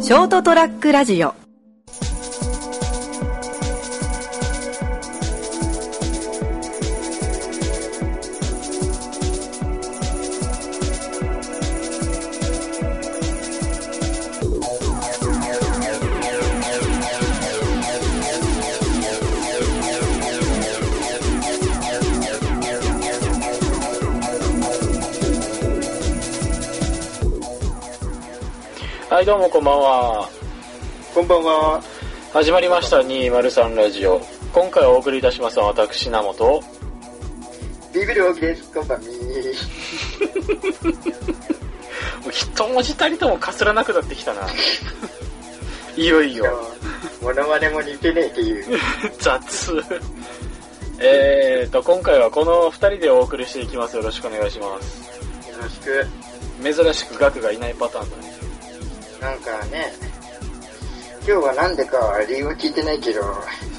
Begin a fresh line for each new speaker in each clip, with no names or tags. ショートトラックラジオ
はい、どうもこんばんは。
こんばんは。
始まりました203ラジオ。今回お送りいたしますのは私、名本。
ビビる大きです。こんばんみー。
一文字たりともかすらなくなってき たな。いよいよ、
モノマネも似てねえっていう。
雑。えーと、今回はこの2人でお送りしていきます。よろしくお願いします。
よろしく。
珍しくガクがいないパターンだね。
なんかね、今日はなんでかは理由は聞いてないけど、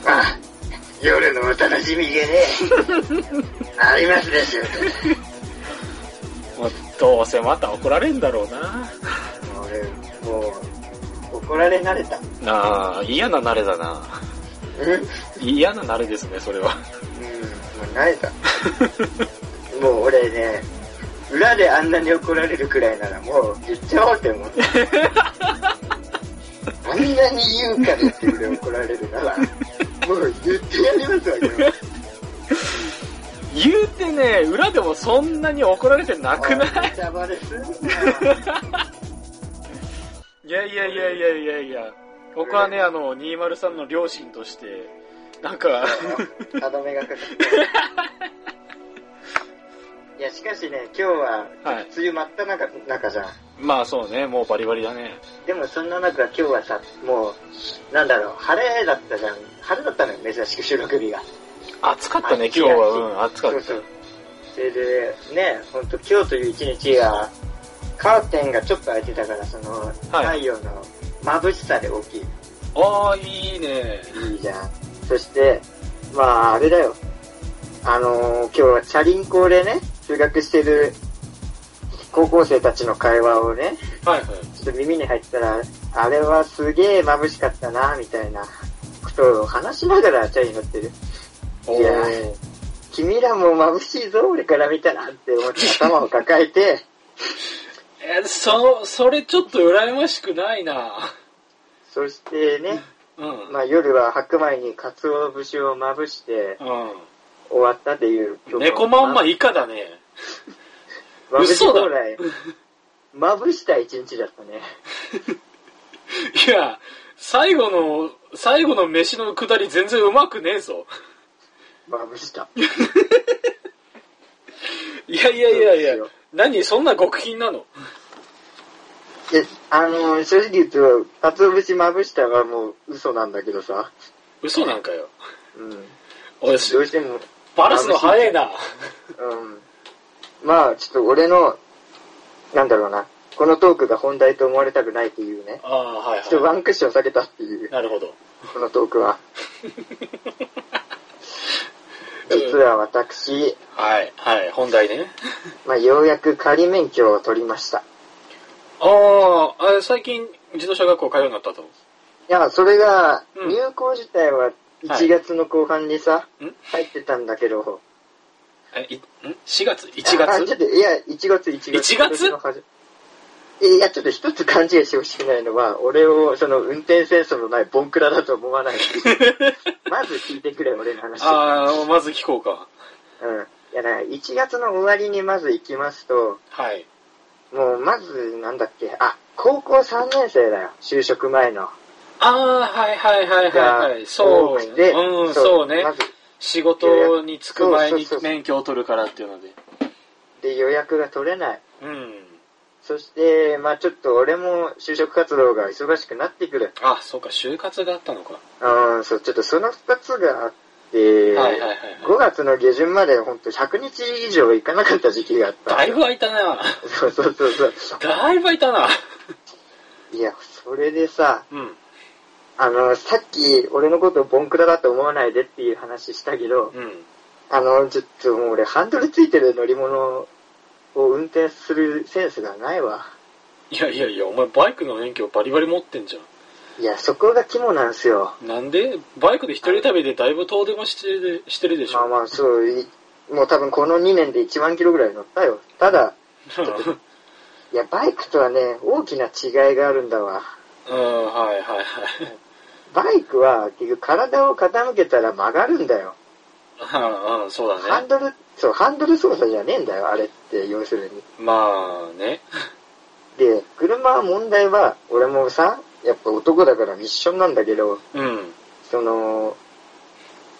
まあ、夜のお楽しみがね、ありますですよ。
もうどうせまた怒られんだろうな。
俺、もう、怒られ慣れた。
なあ、嫌な慣れだな。
うんうん、も
嫌な慣れですね、それは。
う慣れた。 もう俺ね、裏であんなに怒られるくらいならもう言っちゃおうって思って。 あんなに言うからって俺怒られるなら、もう言ってやりますわ、これ
言うてね、裏でもそんなに怒られてなくない
ネタバレすんない
やいやいやいやいやいや、僕はね、あの、203の両親として、なんか、
歯止めがかかって。いや、しかしね、今日は、
はい。
梅雨真っ只中中じゃん。
まあそうね、もうバリバリだね。
でもそんな中今日はさ、もう、なんだろう、晴れだったじゃん。晴れだったのよ、珍しく収録日が。
暑かったね、今
暑い
日は。うん、暑かっ
そうそう。それで、ね、ほんと今日という一日が、カーテンがちょっと開いてたから、その、
は
太陽の眩しさで大きい。
た。ああ、いいね。
いいじゃん。そして、まあ、あれだよ。あのー今日はチャリンコでね、通学してる高校生たちの会話をね、
はいはい。
ちょっと耳に入ったら、あれはすげえ眩しかったな、みたいなことを話しながらチャリに乗ってる。
お
いやー君らも眩しいぞ、俺から見たらって思って頭を抱えて、
えー、そ、それちょっと羨ましくないな。
そしてね、
うん。うん。
まあ夜は白米に鰹節をまぶして終わったっていう曲
猫まんま以下だね。
眩し
嘘だ
放題。まぶした一日だったね。
いや、最後の、最後の飯のくだり全然うまくねえぞ。
まぶした。
いやいやいやいや、何そんな極貧なの
え、あのー正直言うと、鰹節まぶしたはもう嘘なんだけどさ。
嘘なんかよ。
うん。ど
おいう
しても、
バラすの早いな。
うん。まあ、ちょっと俺の、なんだろうな、このトークが本題と思われたくないっていうね。
ああ、はい
ちょっと
は
ワンクッション下げたっていう
い。、なるほど。
このトーク は。実は私、
はい、はい、本題ね。
まあ、ようやく仮免許を取りました。
ああ、最近自動車学校通うようになったと。
いや、それが、
うん
入校自体は1月の後半にさ、
うん
入ってたんだけど、
え、いん ?4 月 ?1
あちょ
月
っと、いや、1月、1月。
1月
今年の初めいや、ちょっと一つ勘違いしてほしくないのは、俺を、その、運転センスのないボンクラだと思わ ない。まず聞いてくれ、俺の話。
ああ、まず聞こうか。
うん。いや、だから1月の終わりにまず行きますと、
はい。
もう、まず、なんだっけ、あ、高校3年生だよ、就職前の。
ああ、はいはいはいはいはい。そう。
多くて
うん、そうね
ま。ず、
仕事に就く前に
そうそうそう
免許を取るからっていうので。
で、予約が取れない。
うん。
そして、まあちょっと俺も就職活動が忙しくなってくる。
あ、そうか、就活があったのか。
うん、そう、ちょっとその二つがあって、
はいはいはいはい
5月の下旬まで本当100日以上行かなかった時期があった。
だいぶ空いた な。
そうそうそうそう。
だいぶ空いたな。
いや、それでさ、
うん。
あの、さっき俺のことボンクラだと思わないでっていう話したけど、
うん。
あの、ちょっともう俺ハンドルついてる乗り物を運転するセンスがないわ。
いやいやいや、お前バイクの免許バリバリ持ってんじゃ
いや、そこが肝なんですよ。
ん。なんでバイクで一人旅でだいぶ遠出もしてるしてるでし
まあ
ょ。
まあ、そう、いもう多分この2年で1万キロぐらい乗ったよ。ただ、いや、バイクとはね、大きな違いがあるんだわ。
うん、はいはいはい。
バイクは、結局体を傾けたら曲がるんだよ。
うん、うん、そう
ハ
だ
ン
ね。
ドル、そう、ハンドル操作じゃねえんだよ、あれって、要するに。
まあね。
で、車は問題は、俺もさ、やっぱ男だからミッションなんだけど、
うん。
その、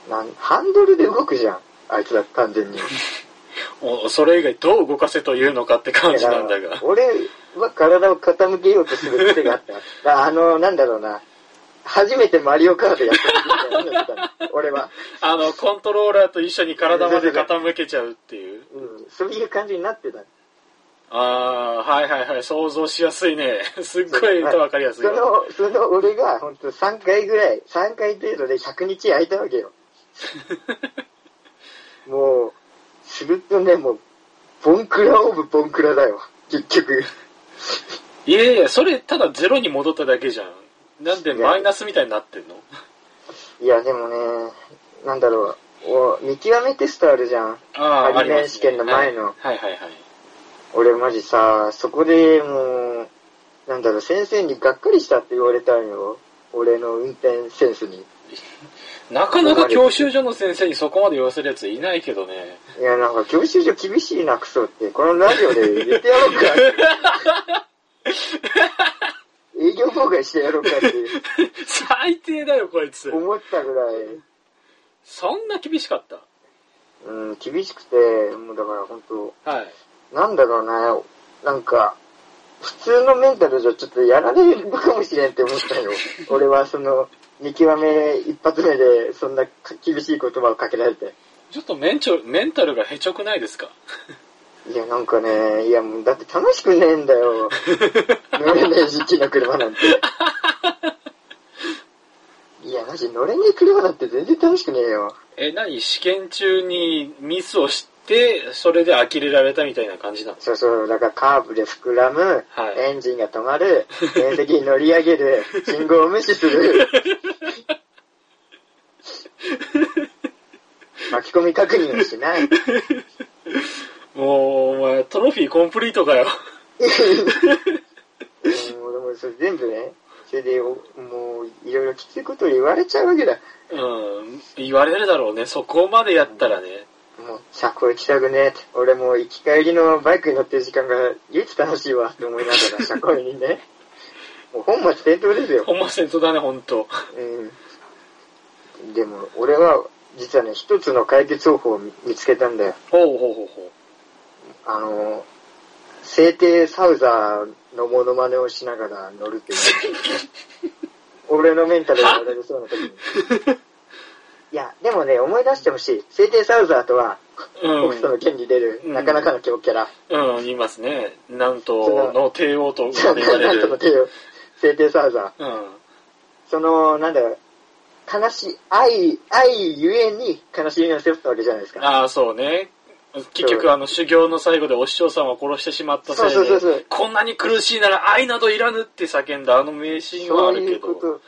なんハンドルで動くじゃん。あいつら完全に。
おそれ以外どう動かせというのかって感じなんだ
だ
が
から。俺は体を傾けようとする癖があった。だからあの、なんだろうな。初めてマリオカートやった時みたいなのだったの俺は。
あの、コントローラーと一緒に体まで傾けちゃうっていう。
うん、そういう感じになってた。
ああ、はいはいはい、想像しやすいね。 すっごいわかりやすい
そ
わ。
の、その俺が、本当3回ぐらい、3回程度で100日空いた わけよ。もう、するとね、もう、ボンクラオブボンクラだよ。結局。
いやいや、それただゼロに戻っただけじゃん。なんでマイナスみたいになってんの
いや、でもね、なんだろう。お見極めテストあるじゃん。
あ
仮免
ります
試験の前の
はいはいはいはい。
俺マジさ、そこでもう、なんだろう、先生にがっかりしたって言われたんよ。俺の運転センスに。
なかなか教習所の先生にそこまで言わせるやついないけどね。
いや、なんか教習所厳しいな、クソって。このラジオで言ってやろうか。営業妨害してやろうかって
最低だよ、こいつ。
思ったぐらい、
そんな厳しかっ
うん、厳しくて、もうだから本当
た。はい。
なんだろうな、なんか、普通のメンタルじゃちょっとやられるかもしれんって思ったよ。俺はその、見極め一発目でそんな厳しい言葉をかけられて。
ちょっとメンチョメンタルがへちょくないですか
いや、なんかね、いや、もうだって楽しくねえんだ よ。乗れねえし、ちの車なんて。いや、マジ乗れねえ車だって全然楽しくねえよ。
え、何試験中にミスをして、それで呆れられたみたいな感じなの
そうそう、だからカーブで膨らむ、
はい
エンジンが止まる、面積に乗り上 げる、信号を無視する。巻き込み確認をし ない。
もう、お前、トロフィーコンプリートかよ。
もうでもそれ全部ね、それでおもういろいろきついことを言われちゃうわけだ。
うん、言われるだろうね。そこまでやったらね。
もう、車庫行きたくねえって。俺もう行き帰りのバイクに乗ってる時間が唯一楽しいわって思いなが ら、車庫にね。もう本末転倒ですよ。
本末転倒だね、本当
うん。でも、俺は、実はね、一つの解決方法を見つけたんだよ。
ほうほうほうほ
あの、聖帝サウザーのモノマネをしながら乗 るっていう。俺のメンタルがやられそうな時に。いや、でもね、思い出してほしい。聖帝サウザーとは、
う。
北斗の剣に出る、
うん
なかなかの強キャラ。
うん、うん、言いますね。なん
その
と、の帝王と
そ
ま
う、
で言わ
な
れ
んとも
る。
てよ。聖帝サウザー。
うん。
その、なんだろう、悲しい、愛、愛ゆえに悲しみを背負ったわけじゃないですか。
ああ、そうね。結局、あの、修行の最後でお師匠さんを殺してしまったせいで、
そうそうそうそう
こんなに苦しいなら愛などいらぬって叫んだあの名シーンはあ
そう
る
い
け
うこ
ど。
と。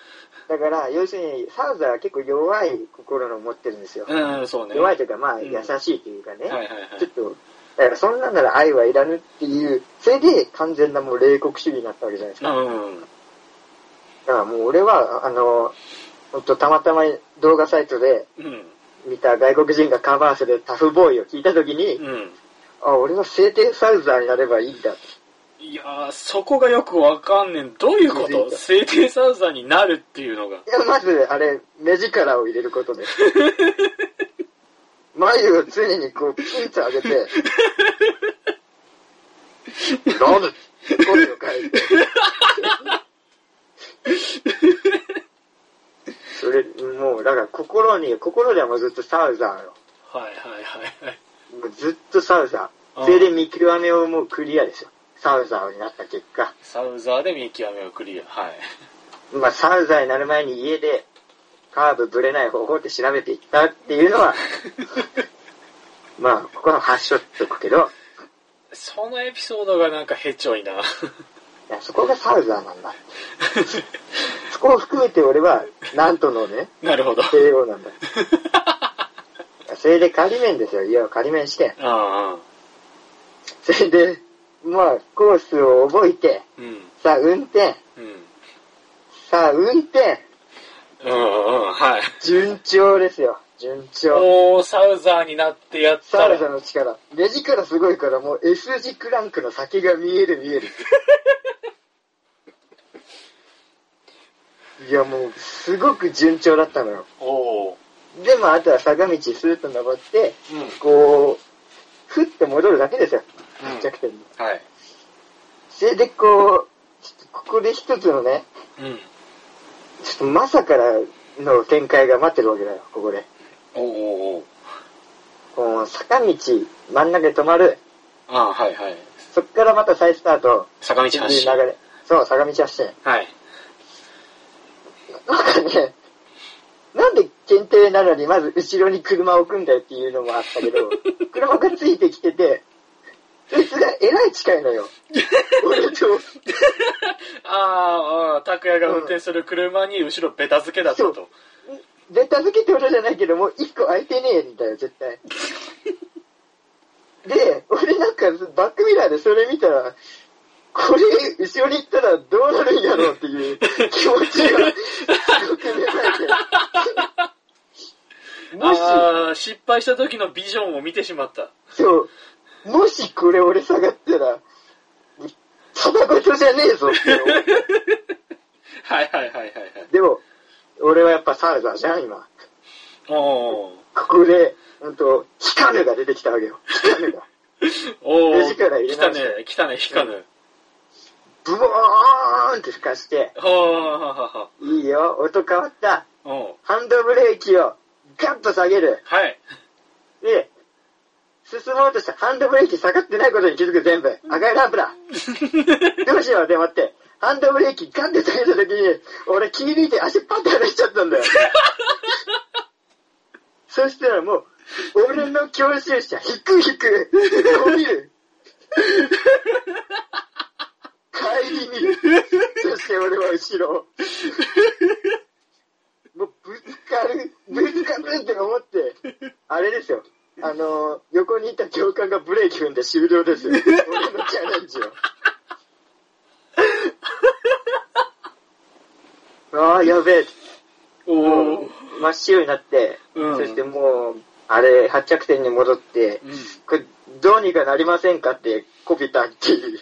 だから、要するに、サウザーは結構弱い心を持ってるんですよ。
うん、そうね。
弱
はい
いというか、まあ、
うん
優しいというかね。
はいはい。
ちょっと、だからそんなんなら愛はいらぬっていう、それで完全なもう冷酷主義になったわけじゃないですか。
うん。
だからもう俺は、あの、ほんとたまたま動画サイトで
うん。
見た外国人がカバーするタフボーイを聞いたときに、
うん。
あ、俺は聖帝サウザーになればいいんだって。
いやー、そこがよくわかんねん。どういうこ
気づい
と
た
聖帝サウザーになるっていうのが。
いや、まず、あれ、目力を入れることです。眉を常にこう、ピンと上げて、なんで、声を変えて。それ、もう、だから心に、心ではもうずっとサウザーよ。
はいはいはいはい。
もうずっとサウザ
あ
ー。
ー
それで見極めをもうクリアですよ。サウザーになった結果。
サウザーで見極めをクリア。はい。
まあ、3歳になる前に家でカーブぶれない方法って調べていったっていうのは、まあ、ここの発祥っとくけど、
そのエピソードがなんかヘチョいな。
いや、そこがサウザーなんだ。そこを含めて俺は、なんとのね、
なるほど。あ
西洋なんだ。それで仮面ですよ、家を仮面して。
あ、
それで、まあ、コースを覚えて、
うん。うん。
さあ運転、
うん。
さあ運転、
うん、うん、はい。
順調ですよ、順調。
おー、サウザーになってやっ
サ
た
ウザー
ら、
の力。レジからすごいから、もう S 字クランクの先が見える見える。いや、もう、すごく順調だったのよ。
おー。
でも、あとは坂道スーッと登って、
うん。うん。
こう、ふって戻るだけですよ、弱点に。
はい。
それで、こう、ちょっとここで一つのね、
うん。
ちょっとまさからの展開が待ってるわけだよ、ここで。
おーおーおー。
この坂道、真ん中で止まる。
ああ、はいはい。
そっからまた再スタート。
坂道
っていう
橋。
流れ。そう、坂道発進。
はい。
なんかね、なんで検定なのにまず後ろに車を置くんだよっていうのもあった けど、車がついてきてて、そいつがえらい近いの よ。俺と、
ああ、拓也が運転する車に後ろベタ付けだった
そ
と。
絶対付けて俺じゃないけど、もう一個空いてねえんだよ、絶対。で、俺なんかバックミラーでそれ見たら、これ、後ろに行ったらどうなるんやろうっていう気持ちが、すごく芽生えて。もし、
ああ、失敗した時のビジョンを見てしまった。
そう、もしこれ俺下がったら、ただ事じゃねえぞって思う。
はいはいはいはいはい。
でも、俺はやっぱサウザーじゃん、今。
おー。
ここで、ほんと、ヒカルが出てきたわけよ。ヒカルが。
お
レジから入
ー。
れ
来た
直し
ね
て、
来たね、引かぬ。
ブオーンって吹かして、
はあはあはあはい
いよ、音変わった。
あ。おー。
ハンドブレーキをガッと下げる。
はい。
で、進もうとしたハンドブレーキ下がってないことに気づく全部。赤いランプだ。どうしようって待って。ハンドブレーキガンって下げた時に、俺気抜いて足パンって離しちゃったんだよ。そしたらもう、俺の教習車、引く引く、こびる。帰りに、そして俺は後ろ。もうぶつかる、ぶつかるって思って、あれですよ。あのー横にいた教官がブレーキ踏んで終了ですよ。俺のチャレンジを。ああ、やべえ。
おー。
真っ白になって、
うん
そしてもう、あれ、発着点に戻って、
うん。
これ、どうにかなりませんかって、こびたっていう、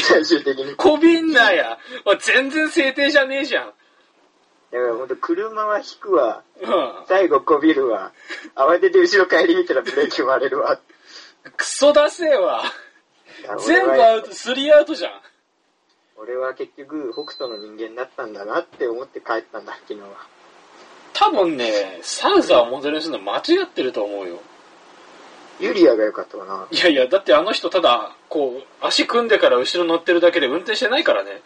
最終的に。
こびんなや。お全然制定じゃねえじゃん。
だから本当車は引くわ、
うん。
最後こびるわ、慌てて後ろ帰り見たらブレーキ割れるわ。
クソだせえわ。全部アウト、スリーアウトじゃん。
俺は結局北斗の人間だったんだなって思って帰ったんだ昨日は
多分ね、サウザーをモデルにするの間違ってると思うよ。
ユリアが良かったかない
やいや、だってあの人ただ、こう、足組んでから後ろ乗ってるだけで運転してない からね。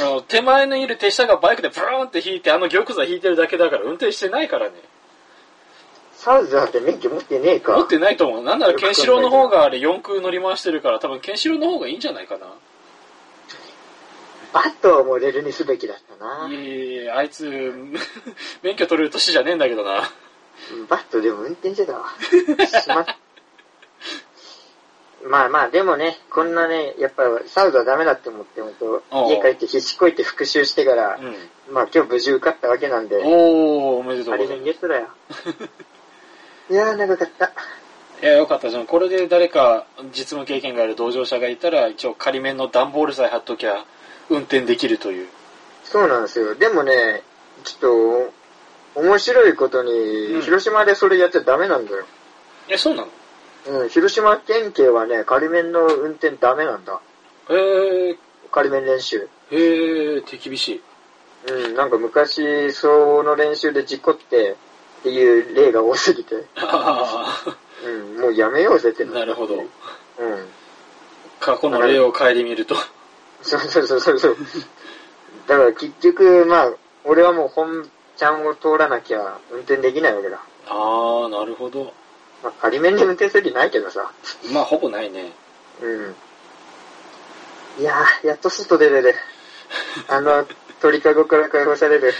あの手前にいる手下がバイクでブーンって引いて、あの玉座引いてるだけだから運転してないからね。
サウザーって免許持ってねえか
持ってないと思う。なんならケンシロウの方があれ4空乗り回してるから、多分ケンシロウの方がいいんじゃないかな。
バットをモデルにすべきだったない
やいやいやあいつ、 免許取れる年じゃねえんだけどな。
バットでも運転してたわしまっ まあまあでもねこんなねやっぱサウザーダメだって思って本
お
当
う
家帰って必死こいて復習してから
うん。
まあ今日無事受かったわけなんで
おー、おめでとう
あ
ご
れ
ざい
に
ま
ゲットだ よいやー長かった
す。いや、よかったじゃん。これで誰か実務経験がある同乗者がいたら、一応仮面の段ボールさえ貼っときゃ、運転できるという。
そうなんですよ。でもね、ちょっと、面白いことに、
うん
広島でそれやっちゃダメなんだよ。
え、そうなの
うん、広島県警はね、仮面の運転ダメなんだ。
え
仮面練習。
ー、えー、手厳 しい。
うん、なんか昔、その練習で事故って、っていう例が多すぎて、
あ
うん、もうやめようぜって
あ、なるほど
う。ん。
過去の例を顧みると。
そうそうそうそう そう。だから結局、まあ、俺はもう本ちゃんを通らなきゃ運転できないわけだ。
ああ、なるほど。
まあ、仮面で運転する気ないけどさ。
まあ、ほぼないね。
うん。いやー、やっと外出れる。あの、鳥かごから解放される。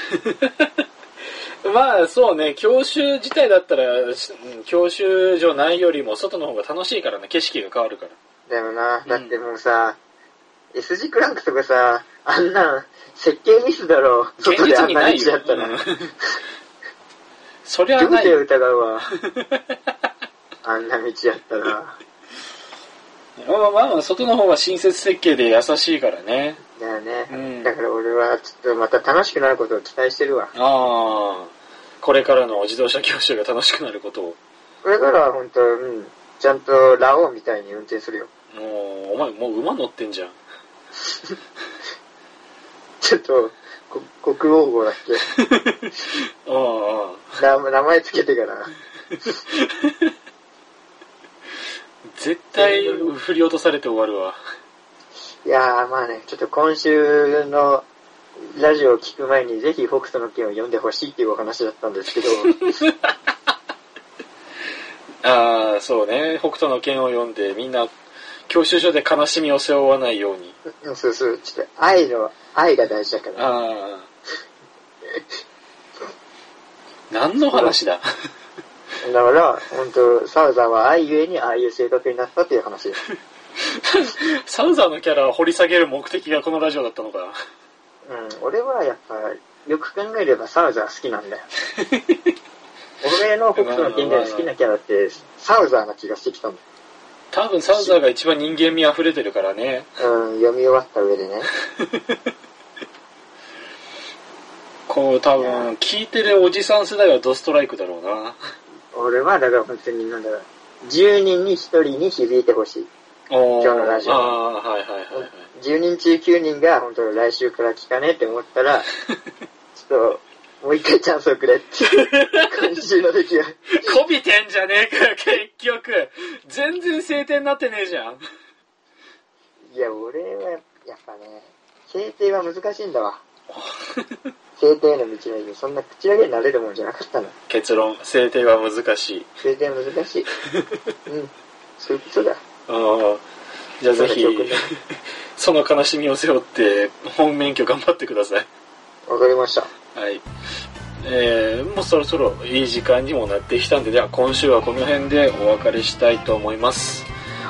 まあそうね、教習自体だったら、しうん教習所ないよりも外の方が楽しいからね、景色が変わるから。
だよな。
ん
だってもうさ、S 字クランクとかさ、あんなん、設計ミスだろ。
現
外であ
実
ん
に
な
な
位
い
置だ
よ
っ。たら。
うん
ど
そりゃ
こ
ない
で
よ。
疑 うわ。あんな道やったら。
まあまあまあ、外の方が親切設計で優しいからね。
だよね。
うん
だから俺は、ちょっとまた楽しくなることを期待してるわ。
ああ、これからの自動車教習が楽しくなることを。
これからは本当、うん、ちゃんとラオウみたいに運転するよ。
もう、お前もう馬乗ってんじゃん。
ちょっと、こ国王号だっ け
ああ、
な名前つけてから。
絶対振り落とされて終わるわ。
いやー、まあね、ちょっと今週のラジオを聞く前に、ぜひ北斗の拳を読んでほしいっていうお話だったんですけど、
ああ、そうね。北斗の拳を読んで、みんな、教習所で悲しみを背負わないように。
うんそうそう、ちょっと愛の、愛が大事だから。
ああ。何の話だ
だから、本当サウザーは愛ゆえにああいう性格になったっていう話です。
サウザーのキャラを掘り下げる目的がこのラジオだったのか。
うん、俺はやっぱ、よく考えればサウザー好きなんだよ。俺の北斗の拳で好きなキャラって、サウザーな気がしてきたんだ
多分サウザーが一番人間味溢れてるからね。
うん、読み終わった上でね。
こう多分、聞いてるおじさん世代はドストライクだろうな。
俺は、だから本当になんだろう、10人に1人に響いてほしい。
おー
今日のラジオ
ああ、はいはいはいはい。
10人中9人が本当来週から聞かねえって思った ら、ちょっと、もう一回チャンスをくれっていう今週の出 来は。
こびてんじゃねえかよ、結局。全然晴天になってねえじゃん。
いや、俺はやっぱね、制定は難しいんだ わ。制定への道のりでそんな口だけになれるもんじゃなかったの。
結論、制定は難しい。
制定は難 しい。うん。そういうことだ。
ああ。じゃあぜひ
そうだ教訓だ、
その悲しみを背負って、本免許頑張ってください。
わかりました。
はい。えーもうそろそろいい時間にもなってきたんで、では今週はこの辺でお別れしたいと思います。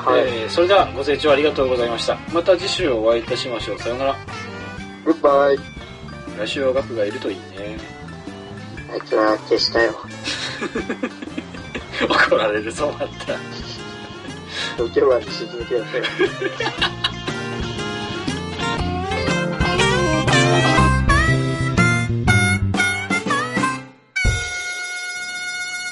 はい。
えーそれではご清聴ありがとうございました。また次週お会いいたしましょう。さよなら。
グッバイ。
来週は額がいるといいね。
あいつは消したよ。
怒られるぞ、また。
東京湾に沈めてやったよ。